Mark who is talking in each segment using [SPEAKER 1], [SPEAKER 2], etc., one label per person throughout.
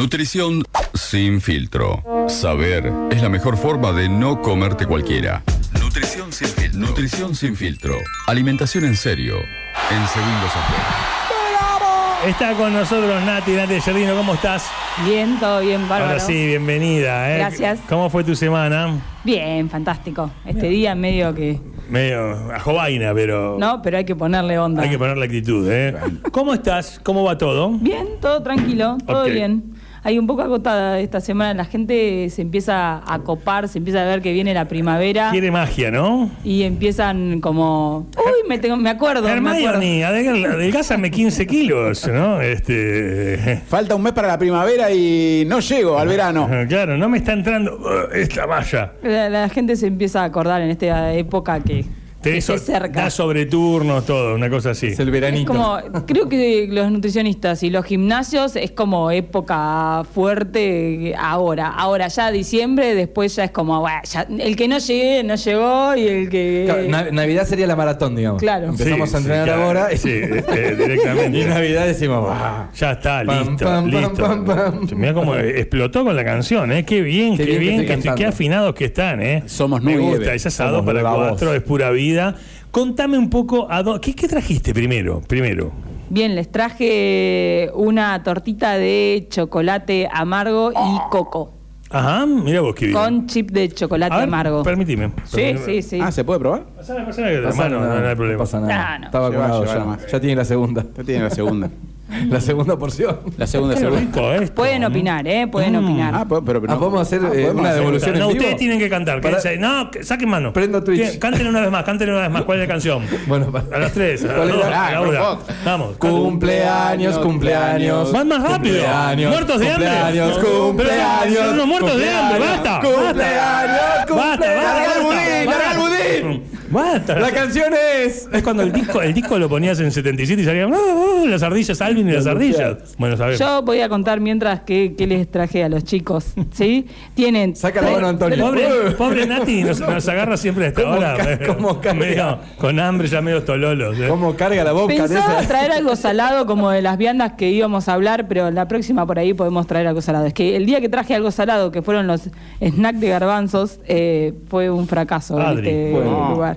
[SPEAKER 1] Nutrición sin filtro. Saber es la mejor forma de no comerte cualquiera. Nutrición sin filtro. Nutrición sin filtro. Alimentación en serio. En segundos afuera.
[SPEAKER 2] Está con nosotros Nati, Nati Jardino, ¿cómo estás?
[SPEAKER 3] Bien, todo bien, bárbaro.
[SPEAKER 2] Ahora sí, bienvenida. ¿eh?
[SPEAKER 3] Gracias.
[SPEAKER 2] ¿Cómo fue tu semana?
[SPEAKER 3] Bien, fantástico. Este día medio que.
[SPEAKER 2] Medio a jovaina, pero
[SPEAKER 3] No, pero hay que ponerle onda.
[SPEAKER 2] hay que poner la actitud. ¿eh? ¿Cómo estás? ¿Cómo va todo?
[SPEAKER 3] Bien, todo tranquilo, todo
[SPEAKER 2] Ok.
[SPEAKER 3] bien. Hay un poco agotada esta semana, la gente se empieza a copar, se empieza a ver que viene la primavera
[SPEAKER 2] Quiere magia, ¿no?
[SPEAKER 3] y empiezan como. Uy, me, tengo, me acuerdo, me acuerdo.
[SPEAKER 2] Hermione, adelg- adelgázame 15 kilos, ¿no? Este,
[SPEAKER 4] Falta un mes para la primavera y no llego al verano.
[SPEAKER 2] claro, no me está entrando uh, esta malla.
[SPEAKER 3] La, la gente se empieza a acordar en esta época que. que
[SPEAKER 2] Te
[SPEAKER 3] se
[SPEAKER 2] so-
[SPEAKER 3] acerca.
[SPEAKER 2] da sobreturnos, todo, una cosa así.
[SPEAKER 4] Es el veranito.
[SPEAKER 3] Es como, creo que los nutricionistas y los gimnasios es como época fuerte ahora. Ahora ya diciembre, después ya es como, bueno, ya- el que no llegue, no llegó y el que...
[SPEAKER 5] Claro, na- Navidad sería la maratón, digamos.
[SPEAKER 3] eh, Claro.
[SPEAKER 5] Empezamos
[SPEAKER 2] Sí,
[SPEAKER 5] a entrenar
[SPEAKER 2] sí, claro.
[SPEAKER 5] ahora y,
[SPEAKER 2] Sí, eh, directamente.
[SPEAKER 5] y en Navidad decimos, "Bah".
[SPEAKER 2] Ya está,
[SPEAKER 5] Pam,
[SPEAKER 2] listo,
[SPEAKER 5] pam, pam,
[SPEAKER 2] listo.
[SPEAKER 5] pam, pam.
[SPEAKER 2] Mirá cómo explotó con la canción, ¿eh? Qué bien, qué,
[SPEAKER 5] Qué bien que
[SPEAKER 2] bien,
[SPEAKER 5] estoy
[SPEAKER 2] que- qué,
[SPEAKER 5] cantando.
[SPEAKER 2] afinados que están, ¿eh?
[SPEAKER 4] Somos
[SPEAKER 2] Me
[SPEAKER 4] nueve.
[SPEAKER 2] gusta, es asado
[SPEAKER 5] Somos
[SPEAKER 2] para
[SPEAKER 5] la voz.
[SPEAKER 2] cuatro, es pura vida. Contame un poco, a dó- ¿qué, qué trajiste primero? Primero.
[SPEAKER 3] Bien, les traje una tortita de chocolate amargo y coco,
[SPEAKER 2] Ajá, mira vos qué bien.
[SPEAKER 3] con chip de chocolate
[SPEAKER 2] A ver,
[SPEAKER 3] amargo.
[SPEAKER 2] Permitime.
[SPEAKER 3] Sí, sí, sí.
[SPEAKER 4] Ah, ¿se puede probar?
[SPEAKER 2] Pasame, pasame que de la
[SPEAKER 5] Pasa
[SPEAKER 2] mano, no,
[SPEAKER 5] nada,
[SPEAKER 2] no hay problema.
[SPEAKER 5] pasa nada.
[SPEAKER 3] Ah, no.
[SPEAKER 5] Está
[SPEAKER 4] Lleva,
[SPEAKER 5] vacunado
[SPEAKER 4] lleva
[SPEAKER 5] ya.
[SPEAKER 4] nomás.
[SPEAKER 5] Ya tiene la segunda.
[SPEAKER 4] Ya tiene la segunda.
[SPEAKER 5] La segunda porción.
[SPEAKER 4] La segunda,
[SPEAKER 2] Qué
[SPEAKER 4] segunda.
[SPEAKER 2] rico esto.
[SPEAKER 3] Pueden opinar, ¿eh? Pueden opinar.
[SPEAKER 4] Ah, po- pero, pero
[SPEAKER 5] Ah, ¿podemos hacer, eh,
[SPEAKER 4] podemos
[SPEAKER 5] una
[SPEAKER 4] hacer-
[SPEAKER 5] devolución? ¿Evolución en
[SPEAKER 2] No,
[SPEAKER 5] vivo?
[SPEAKER 2] ustedes tienen que cantar. que
[SPEAKER 5] Para-
[SPEAKER 2] se- No, que- saquen mano.
[SPEAKER 5] Prendo Twitch.
[SPEAKER 2] Tien- Cántenle una vez más, cántenle una vez más. ¿Cuál es la canción?
[SPEAKER 5] Bueno, para-
[SPEAKER 2] a las tres, a las
[SPEAKER 5] ¿Cuál es
[SPEAKER 2] dos,
[SPEAKER 5] la-
[SPEAKER 2] a la una.
[SPEAKER 4] Ah,
[SPEAKER 2] Vamos.
[SPEAKER 5] Cumpleaños, cumpleaños.
[SPEAKER 2] Van más rápido.
[SPEAKER 5] Cumpleaños,
[SPEAKER 2] muertos de hambre.
[SPEAKER 5] Cumpleaños, cumpleaños.
[SPEAKER 2] Son unos muertos de hambre.
[SPEAKER 5] cumpleaños,
[SPEAKER 2] Basta.
[SPEAKER 5] Cumpleaños,
[SPEAKER 2] basta. Basta, basta,
[SPEAKER 5] cumpleaños. Larga el budín,
[SPEAKER 2] basta,
[SPEAKER 5] larga el budín.
[SPEAKER 2] Basta.
[SPEAKER 5] La canción es.
[SPEAKER 2] Es cuando el disco, el disco lo ponías en 77 y salían "Ah, ah, las ardillas, Alvin y las ardillas. Bueno, sabemos.
[SPEAKER 3] Yo voy a contar mientras que, que les traje a los chicos, ¿sí? Tienen...
[SPEAKER 5] Saca la
[SPEAKER 3] tres-
[SPEAKER 5] mano, Antonio.
[SPEAKER 2] Pobre, pobre Nati nos, nos agarra siempre a esta
[SPEAKER 5] ¿Cómo
[SPEAKER 2] hora.
[SPEAKER 5] ca-
[SPEAKER 2] medio-
[SPEAKER 5] cómo carga?
[SPEAKER 2] medio- con hambre ya medio tololos. eh.
[SPEAKER 5] ¿Cómo carga la boca de
[SPEAKER 3] Pensaba
[SPEAKER 5] esa?
[SPEAKER 3] traer algo salado como de las viandas que íbamos a hablar, pero la próxima por ahí podemos traer algo salado. Es que el día que traje algo salado, que fueron los snacks de garbanzos, eh, fue un fracaso
[SPEAKER 2] Adri,
[SPEAKER 3] en este
[SPEAKER 2] fue.
[SPEAKER 3] lugar.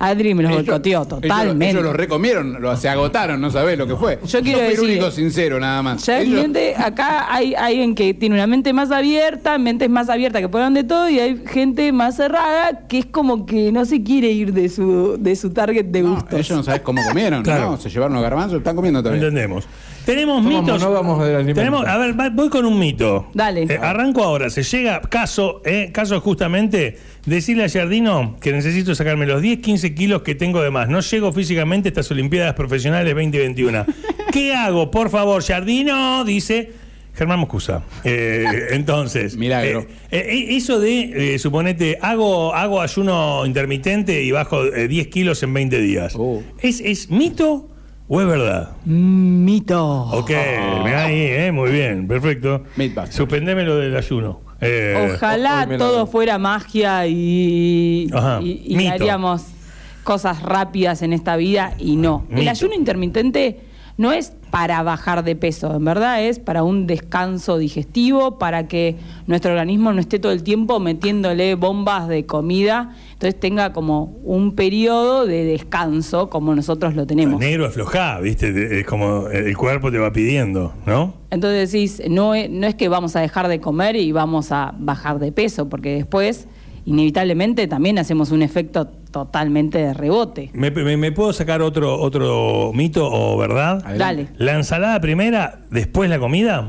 [SPEAKER 3] Adri me los boicoteó totalmente.
[SPEAKER 4] Ellos, lo recomieron, lo, se agotaron, no sabés lo que fue.
[SPEAKER 3] Yo quiero
[SPEAKER 4] fui el
[SPEAKER 3] decir-
[SPEAKER 4] único sincero, nada más.
[SPEAKER 3] Ya el
[SPEAKER 4] Ellos-
[SPEAKER 3] cliente, acá hay alguien que tiene una mente más abierta, mentes más abiertas que ponen de todo, y hay gente más cerrada que es como que no se quiere ir de su, de su target de
[SPEAKER 4] no,
[SPEAKER 3] gustos.
[SPEAKER 4] ellos no sabés cómo comieron,
[SPEAKER 2] Claro.
[SPEAKER 4] ¿no? Se llevaron los garbanzos, están comiendo todavía.
[SPEAKER 2] Entendemos. Tenemos
[SPEAKER 5] Somos
[SPEAKER 2] mitos.
[SPEAKER 5] monógamos del alimento.
[SPEAKER 2] Tenemos, a ver, va- voy con un mito.
[SPEAKER 3] Dale.
[SPEAKER 2] Eh, arranco ahora. Se llega, caso, eh, caso justamente, decirle a Jardino que necesito sacarme los 10, 15 kilos que tengo de más. No llego físicamente a estas Olimpiadas Profesionales 2021. ¿Qué hago? Por favor, Jardino, dice Germán Moscusa. Eh, entonces.
[SPEAKER 4] Milagro.
[SPEAKER 2] eh, eh, eso de, eh, suponete, hago, hago ayuno intermitente y bajo eh, 10 kilos en 20 días.
[SPEAKER 4] Oh.
[SPEAKER 2] ¿Es, ¿Es mito o es verdad?
[SPEAKER 3] Mito.
[SPEAKER 2] Ok, mirá ahí, eh, muy bien, perfecto.
[SPEAKER 4] Meatbusters.
[SPEAKER 2] Suspendeme lo del ayuno. Eh,
[SPEAKER 3] Ojalá
[SPEAKER 5] hoy me la
[SPEAKER 3] todo
[SPEAKER 5] doy.
[SPEAKER 3] fuera magia y,
[SPEAKER 2] Ajá,
[SPEAKER 3] y- y
[SPEAKER 2] mito.
[SPEAKER 3] haríamos cosas rápidas en esta vida y no. El
[SPEAKER 2] Mito.
[SPEAKER 3] ayuno intermitente no es para bajar de peso, en verdad es para un descanso digestivo, para que nuestro organismo no esté todo el tiempo metiéndole bombas de comida, entonces tenga como un periodo de descanso como nosotros lo tenemos.
[SPEAKER 2] negro aflojá, viste, te- es como el cuerpo te va pidiendo, ¿no?
[SPEAKER 3] Entonces decís, no, e- no es que vamos a dejar de comer y vamos a bajar de peso, porque después, inevitablemente, también hacemos un efecto totalmente de rebote.
[SPEAKER 2] ¿Me, me- me puedo sacar otro, otro mito o verdad?
[SPEAKER 3] Dale.
[SPEAKER 2] ¿La ensalada primera, después la comida?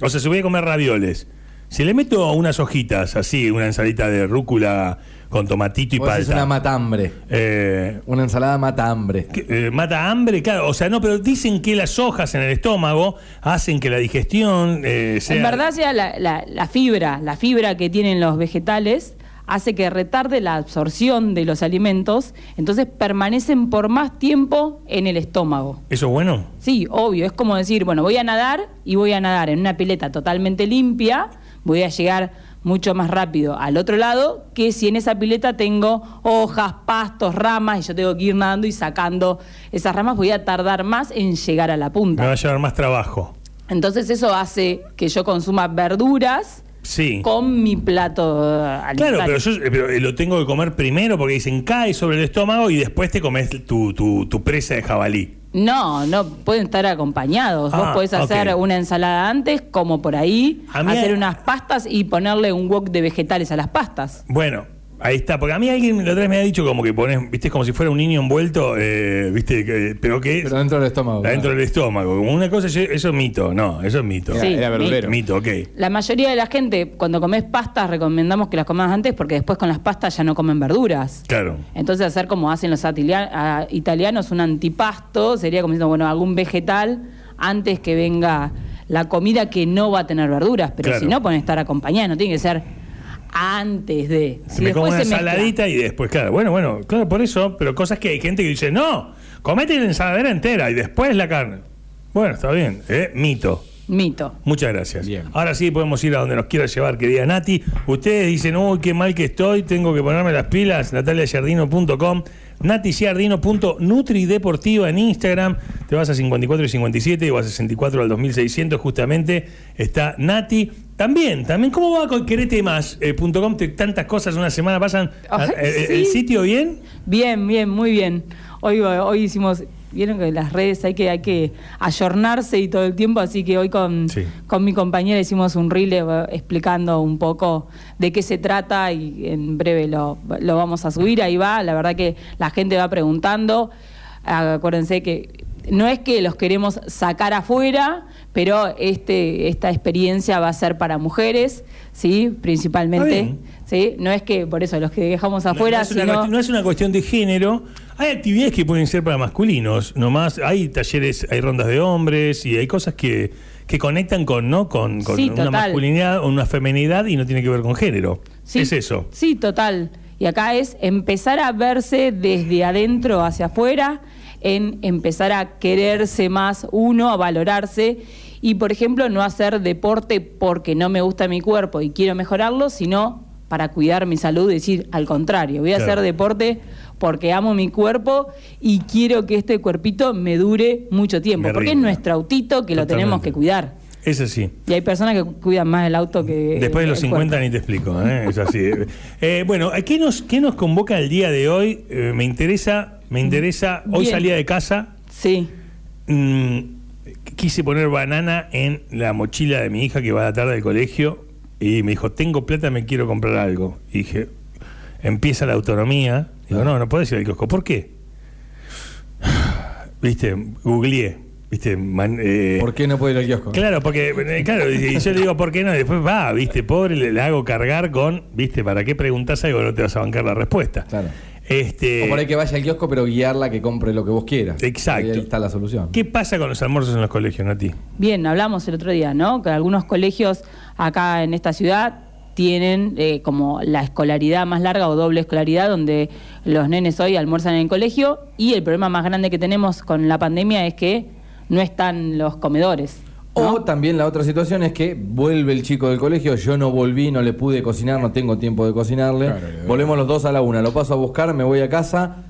[SPEAKER 2] O sea, si voy a comer ravioles, si le meto unas hojitas así, una ensalita de rúcula con tomatito y
[SPEAKER 5] Vos decís
[SPEAKER 2] palta.
[SPEAKER 5] una matambre.
[SPEAKER 2] eh,
[SPEAKER 5] Una ensalada matambre.
[SPEAKER 2] Que, eh, mata hambre, claro, o sea, no, pero dicen que las hojas en el estómago hacen que la digestión eh, sea...
[SPEAKER 3] en verdad, sea la, la- la fibra, la fibra que tienen los vegetales, hace que retarde la absorción de los alimentos, entonces permanecen por más tiempo en el estómago.
[SPEAKER 2] ¿Eso es bueno?
[SPEAKER 3] Sí, obvio, es como decir, bueno, voy a nadar y voy a nadar en una pileta totalmente limpia, voy a llegar mucho más rápido al otro lado que si en esa pileta tengo hojas, pastos, ramas y yo tengo que ir nadando y sacando esas ramas, voy a tardar más en llegar a la
[SPEAKER 2] Me va a
[SPEAKER 3] punta.
[SPEAKER 2] llevar más trabajo.
[SPEAKER 3] Entonces eso hace que yo consuma verduras
[SPEAKER 2] Sí.
[SPEAKER 3] con mi plato eh, alimentario.
[SPEAKER 2] Claro, pero yo eh, pero, eh, lo tengo que comer primero porque dicen cae sobre el estómago y después te comes tu, tu, tu presa de jabalí.
[SPEAKER 3] No, no, pueden estar acompañados. Vos
[SPEAKER 2] Ah,
[SPEAKER 3] podés hacer
[SPEAKER 2] ok.
[SPEAKER 3] una ensalada antes, como por ahí,
[SPEAKER 2] A mí-
[SPEAKER 3] hacer unas pastas y ponerle un wok de vegetales a las pastas.
[SPEAKER 2] Bueno, ahí está. Porque a mí alguien la otra vez me ha dicho como que pones, viste, como si fuera un niño envuelto, eh, viste, que- pero que
[SPEAKER 5] Pero dentro del estómago.
[SPEAKER 2] adentro del estómago. Como una cosa, yo- eso es mito. No, eso es mito.
[SPEAKER 4] Era,
[SPEAKER 3] Sí,
[SPEAKER 4] era verdulero.
[SPEAKER 2] Mito, ok.
[SPEAKER 3] La mayoría de la gente, cuando comes pastas, recomendamos que las comas antes porque después con las pastas ya no comen verduras.
[SPEAKER 2] Claro.
[SPEAKER 3] Entonces hacer como hacen los atilia- a- italianos, un antipasto, sería como diciendo, bueno, algún vegetal antes que venga la comida que no va a tener verduras, pero
[SPEAKER 2] Claro.
[SPEAKER 3] si no pueden estar acompañadas, no tiene que ser antes de...
[SPEAKER 2] Se
[SPEAKER 3] Si
[SPEAKER 2] me como
[SPEAKER 3] después
[SPEAKER 2] una
[SPEAKER 3] se mezcla-
[SPEAKER 2] ensaladita y después, claro, bueno, bueno, claro, por eso, pero cosas que hay gente que dice, no, comete la ensaladera entera y después la carne. Bueno, está bien, eh, mito.
[SPEAKER 3] Mito.
[SPEAKER 2] Muchas gracias.
[SPEAKER 4] Bien.
[SPEAKER 2] Ahora sí podemos ir a donde nos quiera llevar, querida Nati. Ustedes dicen, uy, qué mal que estoy, tengo que ponerme las pilas. nataliayardino.com, naticiardino.nutrideportiva en Instagram. Te vas a 54 y 57 o a 64 al 2600, justamente está Nati. También, también, ¿cómo va con querete más? eh, punto com, te- tantas cosas una semana pasan.
[SPEAKER 3] Ay,
[SPEAKER 2] Ah, eh, eh,
[SPEAKER 3] sí.
[SPEAKER 2] ¿El sitio bien?
[SPEAKER 3] Bien, bien, muy bien. Hoy, hoy hicimos, vieron que las redes hay que, hay que ayornarse y todo el tiempo, así que hoy con,
[SPEAKER 2] Sí.
[SPEAKER 3] con mi compañera hicimos un reel eh, explicando un poco de qué se trata y en breve lo, lo vamos a subir, ahí va, la verdad que la gente va preguntando, acuérdense que no es que los queremos sacar afuera, pero este, esta experiencia va a ser para mujeres, ¿sí? principalmente.
[SPEAKER 2] bien.
[SPEAKER 3] ¿sí? No es que por eso los que dejamos afuera,
[SPEAKER 2] No es, una
[SPEAKER 3] sino-
[SPEAKER 2] cuestión, no es una cuestión de género. Hay actividades que pueden ser para masculinos, nomás. Hay talleres, hay rondas de hombres y hay cosas que, que conectan con, ¿no? con, con
[SPEAKER 3] Sí,
[SPEAKER 2] una
[SPEAKER 3] total.
[SPEAKER 2] masculinidad o una feminidad y no tiene que ver con género.
[SPEAKER 3] Sí,
[SPEAKER 2] Es eso.
[SPEAKER 3] Sí, total. Y acá es empezar a verse desde adentro hacia afuera, en empezar a quererse más uno, a valorarse y, por ejemplo, no hacer deporte porque no me gusta mi cuerpo y quiero mejorarlo, sino para cuidar mi salud, decir al contrario, voy a
[SPEAKER 2] Claro.
[SPEAKER 3] hacer deporte porque amo mi cuerpo y quiero que este cuerpito me dure mucho tiempo,
[SPEAKER 2] Me
[SPEAKER 3] porque es
[SPEAKER 2] rinda.
[SPEAKER 3] nuestro autito que lo tenemos
[SPEAKER 2] Totalmente.
[SPEAKER 3] que cuidar.
[SPEAKER 2] Es así.
[SPEAKER 3] Y hay personas que cuidan más el auto que...
[SPEAKER 2] Después de los
[SPEAKER 3] Eh, el cuerpo.
[SPEAKER 2] 50 ni te explico, ¿eh? es así. Eh, bueno, ¿a ¿qué nos, ¿qué nos convoca el día de hoy? Eh, me interesa, me interesa. Hoy
[SPEAKER 3] Bien.
[SPEAKER 2] salía de casa,
[SPEAKER 3] Sí.
[SPEAKER 2] Mm, quise poner banana en la mochila de mi hija que va a la tarde al colegio y me dijo, tengo plata, me quiero comprar algo. Y dije, empieza la autonomía. Digo, no, no puedes ir al kiosco. ¿Por qué? Viste, googleé. Viste, man- eh,
[SPEAKER 5] ¿Por qué no puede ir al kiosco?
[SPEAKER 2] Claro, porque, eh, claro, y yo le digo, ¿por qué no? Y después va, viste, pobre, le, la hago cargar con, viste, ¿para qué preguntas algo? No te vas a bancar la respuesta.
[SPEAKER 5] Claro.
[SPEAKER 2] Este,
[SPEAKER 5] O por ahí que vaya al kiosco, pero guiarla que compre lo que vos quieras.
[SPEAKER 2] Exacto.
[SPEAKER 5] Ahí está la solución.
[SPEAKER 2] ¿Qué pasa con los almuerzos en los colegios, Nati?
[SPEAKER 3] Bien, hablamos el otro día, ¿no? Que algunos colegios acá en esta ciudad tienen eh, como la escolaridad más larga o doble escolaridad, donde los nenes hoy almuerzan en el colegio y el problema más grande que tenemos con la pandemia es que no están los comedores.
[SPEAKER 5] O también la otra situación es que vuelve el chico del colegio, yo no volví, no le pude cocinar, no tengo tiempo de cocinarle.
[SPEAKER 4] Claro, le doy.
[SPEAKER 5] Volvemos los dos a la una, lo paso a buscar, me voy a casa.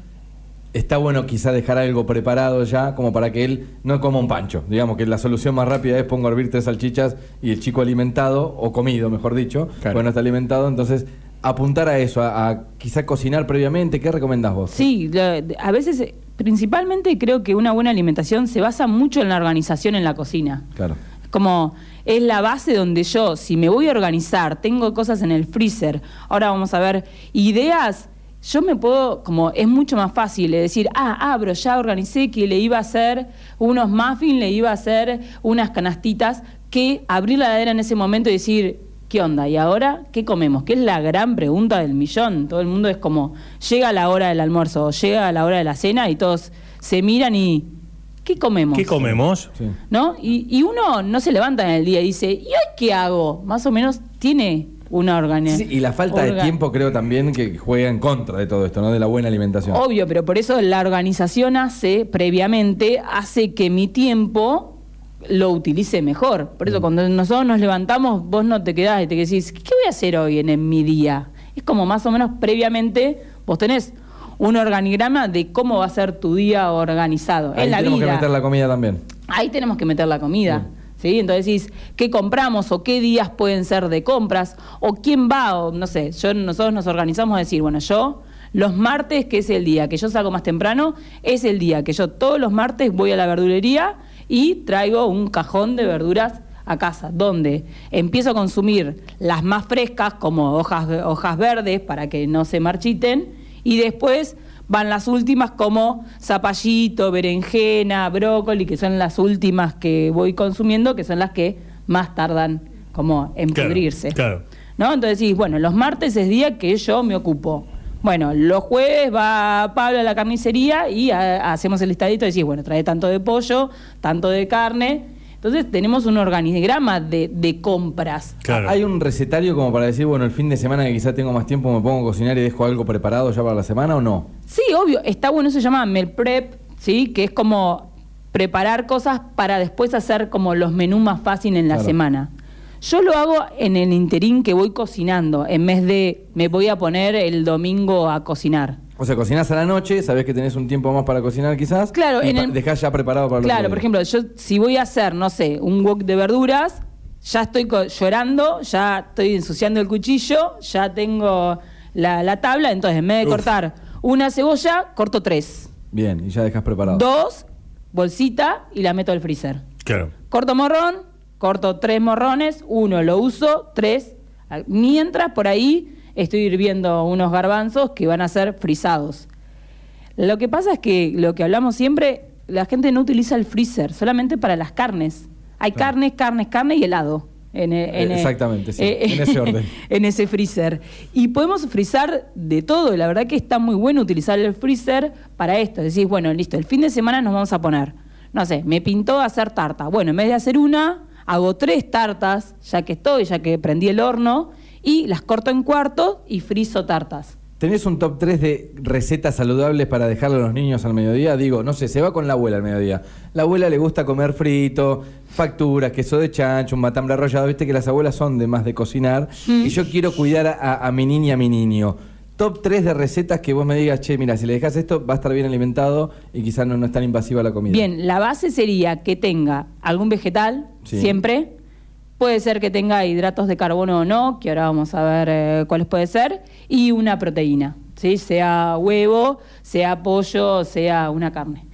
[SPEAKER 5] Está bueno quizá dejar algo preparado ya, como para que él no coma un pancho. Digamos que la solución más rápida es pongo a hervir tres salchichas y el chico alimentado, o comido mejor dicho,
[SPEAKER 4] Claro.
[SPEAKER 5] bueno, está alimentado. Entonces, apuntar a eso, a, a quizá cocinar previamente, ¿qué recomendás vos?
[SPEAKER 3] Sí, lo- a veces, eh, principalmente creo que una buena alimentación se basa mucho en la organización en la cocina.
[SPEAKER 5] Claro.
[SPEAKER 3] Como es la base donde yo, si me voy a organizar, tengo cosas en el freezer, ahora vamos a ver ideas, yo me puedo, como es mucho más fácil de decir, ah, abro, ya organicé que le iba a hacer unos muffins, le iba a hacer unas canastitas, que abrir la heladera en ese momento y decir, ¿qué onda? ¿Y ahora qué comemos? Que es la gran pregunta del millón. Todo el mundo es como, llega la hora del almuerzo, o llega la hora de la cena y todos se miran y, ¿qué comemos?
[SPEAKER 2] ¿Qué comemos?
[SPEAKER 5] Sí.
[SPEAKER 3] ¿no? Y, y uno no se levanta en el día y dice, ¿y hoy qué hago? Más o menos tiene una
[SPEAKER 5] Sí,
[SPEAKER 3] organización.
[SPEAKER 5] y la falta de tiempo creo también que juega en contra de todo esto, ¿no? De la buena alimentación.
[SPEAKER 3] Obvio, pero por eso la organización hace, previamente, hace que mi tiempo lo utilice mejor. Por
[SPEAKER 5] Mm.
[SPEAKER 3] eso cuando nosotros nos levantamos, vos no te quedás y te decís, ¿qué voy a hacer hoy en, en mi día? Es como más o menos previamente, vos tenés un organigrama de cómo va a ser tu día organizado.
[SPEAKER 5] Ahí
[SPEAKER 3] en la
[SPEAKER 5] tenemos
[SPEAKER 3] vida.
[SPEAKER 5] que meter la comida también.
[SPEAKER 3] Ahí tenemos que meter la comida. ¿sí? Entonces decís, ¿qué compramos o qué días pueden ser de compras? ¿O quién va? O no sé, yo, nosotros nos organizamos a decir, bueno, yo los martes, que es el día que yo salgo más temprano, es el día que yo todos los martes voy a la verdulería y traigo un cajón de verduras a casa, donde empiezo a consumir las más frescas, como hojas, hojas verdes, para que no se marchiten, y después van las últimas como zapallito, berenjena, brócoli, que son las últimas que voy consumiendo, que son las que más tardan como en
[SPEAKER 2] Claro,
[SPEAKER 3] pudrirse.
[SPEAKER 2] claro.
[SPEAKER 3] ¿no? Entonces decís, bueno, los martes es día que yo me ocupo. Bueno, los jueves va Pablo a la carnicería y a- hacemos el listadito y decís, bueno, trae tanto de pollo, tanto de carne. Entonces tenemos un organigrama de, de compras.
[SPEAKER 2] Claro.
[SPEAKER 5] Hay un recetario como para decir, bueno, el fin de semana que quizá tengo más tiempo me pongo a cocinar y dejo algo preparado ya para la semana o no.
[SPEAKER 3] Sí, obvio, está bueno, eso se llama meal prep, ¿sí? Que es como preparar cosas para después hacer como los menús más fáciles en la
[SPEAKER 5] Claro.
[SPEAKER 3] semana. Yo lo hago en el interín que voy cocinando, en vez de me voy a poner el domingo a cocinar.
[SPEAKER 5] O sea, cocinás a la noche, sabés que tenés un tiempo más para cocinar quizás.
[SPEAKER 3] Claro,
[SPEAKER 5] y
[SPEAKER 3] en
[SPEAKER 5] pa-
[SPEAKER 3] el-
[SPEAKER 5] dejás ya preparado para el otro
[SPEAKER 3] Claro,
[SPEAKER 5] día.
[SPEAKER 3] por ejemplo, yo si voy a hacer, no sé, un wok de verduras, ya estoy co- llorando, ya estoy ensuciando el cuchillo, ya tengo la, la tabla, entonces en vez de
[SPEAKER 2] Uf.
[SPEAKER 3] cortar una cebolla, corto tres.
[SPEAKER 5] Bien, y ya dejás preparado.
[SPEAKER 3] Dos, bolsita y la meto al freezer.
[SPEAKER 2] Claro.
[SPEAKER 3] Corto morrón, corto tres morrones, uno lo uso, tres. al- Mientras por ahí estoy hirviendo unos garbanzos que van a ser frisados. Lo que pasa es que lo que hablamos siempre, la gente no utiliza el freezer, solamente para las carnes. Hay carnes, carnes, carne y helado. En, e- en e-
[SPEAKER 5] Eh, Exactamente, sí, en ese orden.
[SPEAKER 3] en ese freezer. Y podemos frizar de todo. La verdad que está muy bueno utilizar el freezer para esto. Decís, bueno, listo, el fin de semana nos vamos a poner, no sé, me pintó hacer tarta. Bueno, en vez de hacer una, hago tres tartas, ya que estoy, ya que prendí el horno, y las corto en cuartos y frizo tartas.
[SPEAKER 5] ¿Tenés un top 3 de recetas saludables para dejarle a los niños al mediodía? Digo, no sé, se va con la abuela al mediodía. La abuela le gusta comer frito, facturas, queso de chancho, un matambre arrollado. Viste que las abuelas son de más de cocinar.
[SPEAKER 3] Mm.
[SPEAKER 5] Y yo quiero cuidar a, a mi niña y a mi niño. Top 3 de recetas que vos me digas, che, mira, si le dejas esto, va a estar bien alimentado y quizás no, no es tan invasiva la comida.
[SPEAKER 3] Bien, la base sería que tenga algún vegetal,
[SPEAKER 5] Sí.
[SPEAKER 3] siempre. Puede ser que tenga hidratos de carbono o no, que ahora vamos a ver eh, cuáles puede ser, y una proteína, ¿sí? sea huevo, sea pollo, sea una carne.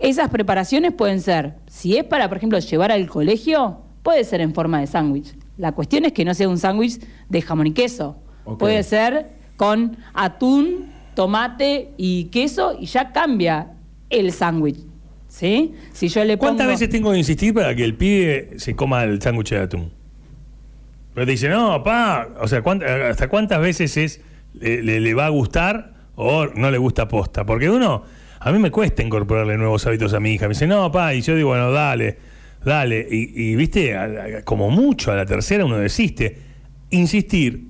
[SPEAKER 3] Esas preparaciones pueden ser, si es para, por ejemplo, llevar al colegio, puede ser en forma de sándwich. La cuestión es que no sea un sándwich de jamón y queso.
[SPEAKER 5] Ok.
[SPEAKER 3] Puede ser con atún, tomate y queso y ya cambia el sándwich. ¿Sí? Si yo le
[SPEAKER 2] ¿Cuántas
[SPEAKER 3] pongo-
[SPEAKER 2] veces tengo que insistir para que el pibe se coma el sándwich de atún? Pero te dice, no, pa, o sea, ¿cuánt- ¿hasta cuántas veces es le, le- le va a gustar o no le gusta posta? Porque uno, a mí me cuesta incorporarle nuevos hábitos a mi hija. Me dice, no, pa, y yo digo, bueno, dale, dale. Y, y, viste, a- a- como mucho a la tercera uno desiste. Insistir,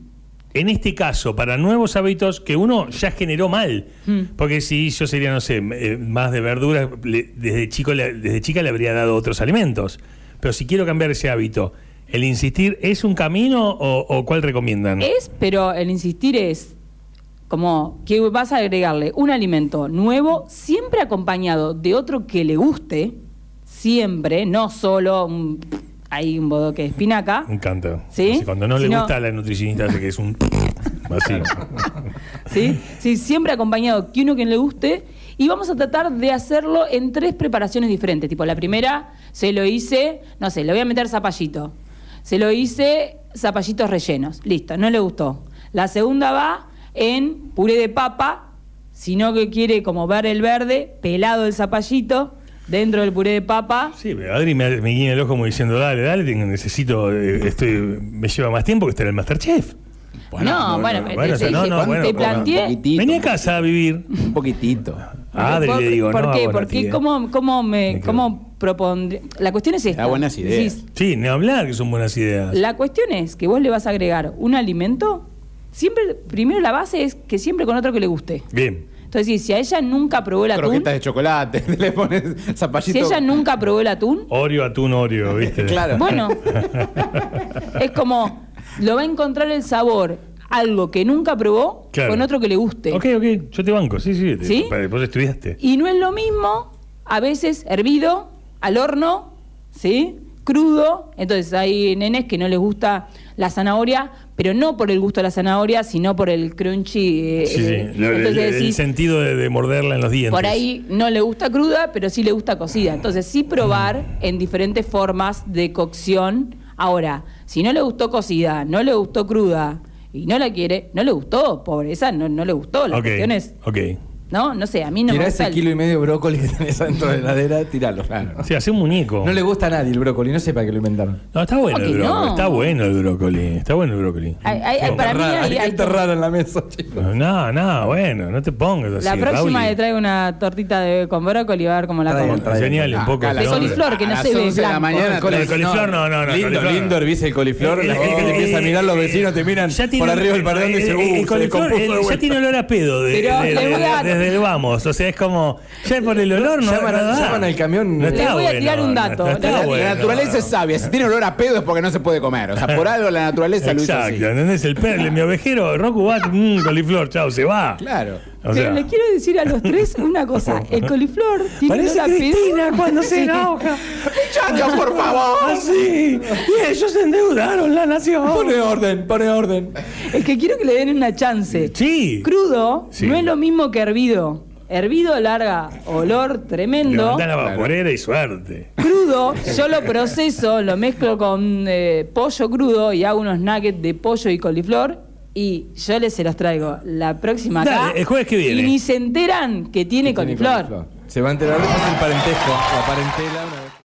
[SPEAKER 2] en este caso, para nuevos hábitos que uno ya generó mal.
[SPEAKER 3] Hmm.
[SPEAKER 2] Porque si yo sería, no sé, m- eh, más de verduras, le- desde, chico, le- desde chica le habría dado otros alimentos. Pero si quiero cambiar ese hábito, ¿el insistir es un camino o, o cuál recomiendan?
[SPEAKER 3] Es, pero el insistir es como que vas a agregarle un alimento nuevo, siempre acompañado de otro que le guste, siempre, no solo un, hay un bodoque de espinaca.
[SPEAKER 2] Me encanta.
[SPEAKER 3] ¿Sí?
[SPEAKER 2] Así, Cuando no le
[SPEAKER 3] Si no-
[SPEAKER 2] gusta a la nutricionista, hace que es un. así.
[SPEAKER 3] ¿sí? Sí, siempre acompañado que uno que le guste. Y vamos a tratar de hacerlo en tres preparaciones diferentes. Tipo, la primera se lo hice, no sé, le voy a meter zapallito. Se lo hice zapallitos rellenos. Listo, no le gustó. La segunda va en puré de papa, sino que quiere como ver el verde, pelado el zapallito, dentro del puré de papa.
[SPEAKER 2] Sí, pero Adri me, me guiña el ojo como diciendo, dale, dale, tengo- necesito, eh, estoy, me lleva más tiempo que estar en el Masterchef.
[SPEAKER 3] no, bueno,
[SPEAKER 2] no,
[SPEAKER 3] te-
[SPEAKER 2] bueno, o
[SPEAKER 3] te,
[SPEAKER 2] sea, no,
[SPEAKER 3] dije,
[SPEAKER 2] no,
[SPEAKER 3] te
[SPEAKER 2] bueno,
[SPEAKER 3] planteé.
[SPEAKER 4] poquitito,
[SPEAKER 2] Vení a casa a vivir.
[SPEAKER 4] Un poquitito.
[SPEAKER 2] A Ah, Adri
[SPEAKER 3] ¿Por,
[SPEAKER 2] le digo,
[SPEAKER 3] ¿por
[SPEAKER 2] no. a
[SPEAKER 3] qué?
[SPEAKER 2] vos,
[SPEAKER 3] Porque
[SPEAKER 2] Nati, eh.
[SPEAKER 3] cómo, cómo me,
[SPEAKER 2] Me quedo.
[SPEAKER 3] cómo propondré. La cuestión es esta.
[SPEAKER 4] Da Ah, buenas ideas.
[SPEAKER 3] Decís,
[SPEAKER 2] Sí, ni hablar que son buenas ideas.
[SPEAKER 3] la cuestión es que vos le vas a agregar un alimento. Siempre, primero la base es que siempre con otro que le guste.
[SPEAKER 2] Bien.
[SPEAKER 3] Entonces, si- si a ella nunca probó el atún,
[SPEAKER 4] Croquetas de chocolate, le pones
[SPEAKER 3] si
[SPEAKER 4] zapallito.
[SPEAKER 3] ella nunca probó el atún,
[SPEAKER 2] Oreo, atún, Oreo, ¿viste?
[SPEAKER 4] Claro.
[SPEAKER 3] bueno, es como lo va a encontrar el sabor, algo que nunca probó,
[SPEAKER 2] Claro.
[SPEAKER 3] con otro que le guste.
[SPEAKER 2] Ok, ok, yo te banco, sí, sí. te-
[SPEAKER 3] ¿Sí?
[SPEAKER 2] pa- Vos estudiaste.
[SPEAKER 3] Y no es lo mismo, a veces hervido, al horno, ¿sí? crudo. Entonces hay nenes que no les gusta la zanahoria, pero no por el gusto de la zanahoria, sino por el crunchy. eh,
[SPEAKER 2] Sí, sí.
[SPEAKER 3] eh,
[SPEAKER 2] Lo- el-
[SPEAKER 3] entonces
[SPEAKER 2] el,
[SPEAKER 3] decís,
[SPEAKER 2] sentido de, de morderla en los dientes.
[SPEAKER 3] por ahí no le gusta cruda, pero sí le gusta cocida. Entonces,
[SPEAKER 2] Mm.
[SPEAKER 3] sí probar en diferentes formas de cocción. Ahora, si no le gustó cocida, no le gustó cruda y no la quiere, no le gustó, pobreza, no, no le gustó. La
[SPEAKER 2] Ok,
[SPEAKER 3] cuestión es,
[SPEAKER 2] ok.
[SPEAKER 3] ¿no? No sé, a mí no
[SPEAKER 5] Tirá
[SPEAKER 3] me gusta.
[SPEAKER 5] ese
[SPEAKER 3] el-
[SPEAKER 5] kilo y medio de brócoli que tenés adentro de la heladera, tiralo.
[SPEAKER 2] Sí, hace un muñeco.
[SPEAKER 5] No le gusta a nadie el brócoli, no sé para qué lo inventaron.
[SPEAKER 2] No, está bueno
[SPEAKER 3] Ok,
[SPEAKER 2] el brócoli.
[SPEAKER 3] no. Ah.
[SPEAKER 2] Está bueno el brócoli. Está bueno el brócoli.
[SPEAKER 3] Ay, ay, ay, para mí
[SPEAKER 5] Rara,
[SPEAKER 3] hay-
[SPEAKER 5] hay
[SPEAKER 3] hay-
[SPEAKER 5] gente rara en la mesa, chicos.
[SPEAKER 2] No, no, bueno, no te pongas así.
[SPEAKER 3] La próxima
[SPEAKER 2] Rauli.
[SPEAKER 3] le traigo una tortita de, con brócoli a ver cómo la
[SPEAKER 5] Traigo,
[SPEAKER 3] como.
[SPEAKER 5] traigo.
[SPEAKER 2] Enseñale un
[SPEAKER 4] Ah,
[SPEAKER 2] poco.
[SPEAKER 4] acá
[SPEAKER 2] el
[SPEAKER 4] la-
[SPEAKER 3] De
[SPEAKER 2] nombre.
[SPEAKER 3] coliflor. que no
[SPEAKER 4] a
[SPEAKER 3] se
[SPEAKER 4] las
[SPEAKER 3] ve
[SPEAKER 4] 11 de la
[SPEAKER 3] blanco.
[SPEAKER 4] mañana.
[SPEAKER 2] Con el
[SPEAKER 4] tres-
[SPEAKER 2] coliflor, no, no, no. el
[SPEAKER 5] Lindo,
[SPEAKER 2] coliflor
[SPEAKER 5] lindo,
[SPEAKER 2] no.
[SPEAKER 5] hervís el coliflor.
[SPEAKER 2] El-
[SPEAKER 5] la
[SPEAKER 2] el-
[SPEAKER 5] gente
[SPEAKER 2] el-
[SPEAKER 5] te empieza a mirar, los vecinos te miran
[SPEAKER 2] eh, Ya tiene
[SPEAKER 5] por arriba del
[SPEAKER 2] olor-
[SPEAKER 5] perdón y dicen,
[SPEAKER 2] eh, el- el- el
[SPEAKER 5] uh, se
[SPEAKER 2] coliflor,
[SPEAKER 5] descompuso de
[SPEAKER 2] el- Ya
[SPEAKER 5] vuelta".
[SPEAKER 2] tiene olor a pedo de-
[SPEAKER 3] Pero
[SPEAKER 2] de-
[SPEAKER 3] le voy a-
[SPEAKER 2] de- desde el vamos. O sea, es como. Ya por el olor no.
[SPEAKER 5] Llaman-
[SPEAKER 2] no da.
[SPEAKER 5] llaman al camión.
[SPEAKER 2] No
[SPEAKER 5] Le
[SPEAKER 2] está
[SPEAKER 3] voy a tirar
[SPEAKER 2] bueno,
[SPEAKER 3] un
[SPEAKER 2] no
[SPEAKER 3] dato.
[SPEAKER 2] está
[SPEAKER 3] La- la
[SPEAKER 2] Ah, bueno.
[SPEAKER 4] la naturaleza es sabia. Si tiene olor a pedo es porque no se puede comer. O sea, por algo la naturaleza lo hizo así.
[SPEAKER 2] Exacto, ¿entendés? El perro, mi ovejero, Roku va, mmm, coliflor, chao, se va.
[SPEAKER 4] Claro.
[SPEAKER 2] O
[SPEAKER 3] Pero
[SPEAKER 2] sea,
[SPEAKER 3] les quiero decir a los tres una cosa. El coliflor tiene
[SPEAKER 2] Parece
[SPEAKER 3] olor a pedo.
[SPEAKER 2] Cristina cuando se enoja.
[SPEAKER 4] Chacho, por favor.
[SPEAKER 2] Así. Ah, Y ellos endeudaron la nación.
[SPEAKER 5] Pone orden, pone orden.
[SPEAKER 3] Es que quiero que le den una chance.
[SPEAKER 2] Sí.
[SPEAKER 3] Crudo
[SPEAKER 2] Sí.
[SPEAKER 3] no es lo mismo que hervido. Hervido larga olor tremendo.
[SPEAKER 2] Levantá la vaporera y suerte.
[SPEAKER 3] Crudo, yo lo proceso, lo mezclo con eh, pollo crudo y hago unos nuggets de pollo y coliflor. Y yo les se los traigo la próxima acá.
[SPEAKER 2] Dale, el jueves que viene.
[SPEAKER 3] Y ni se enteran que tiene coliflor.
[SPEAKER 5] Se va a enterar de el parentesco, la parentela. una-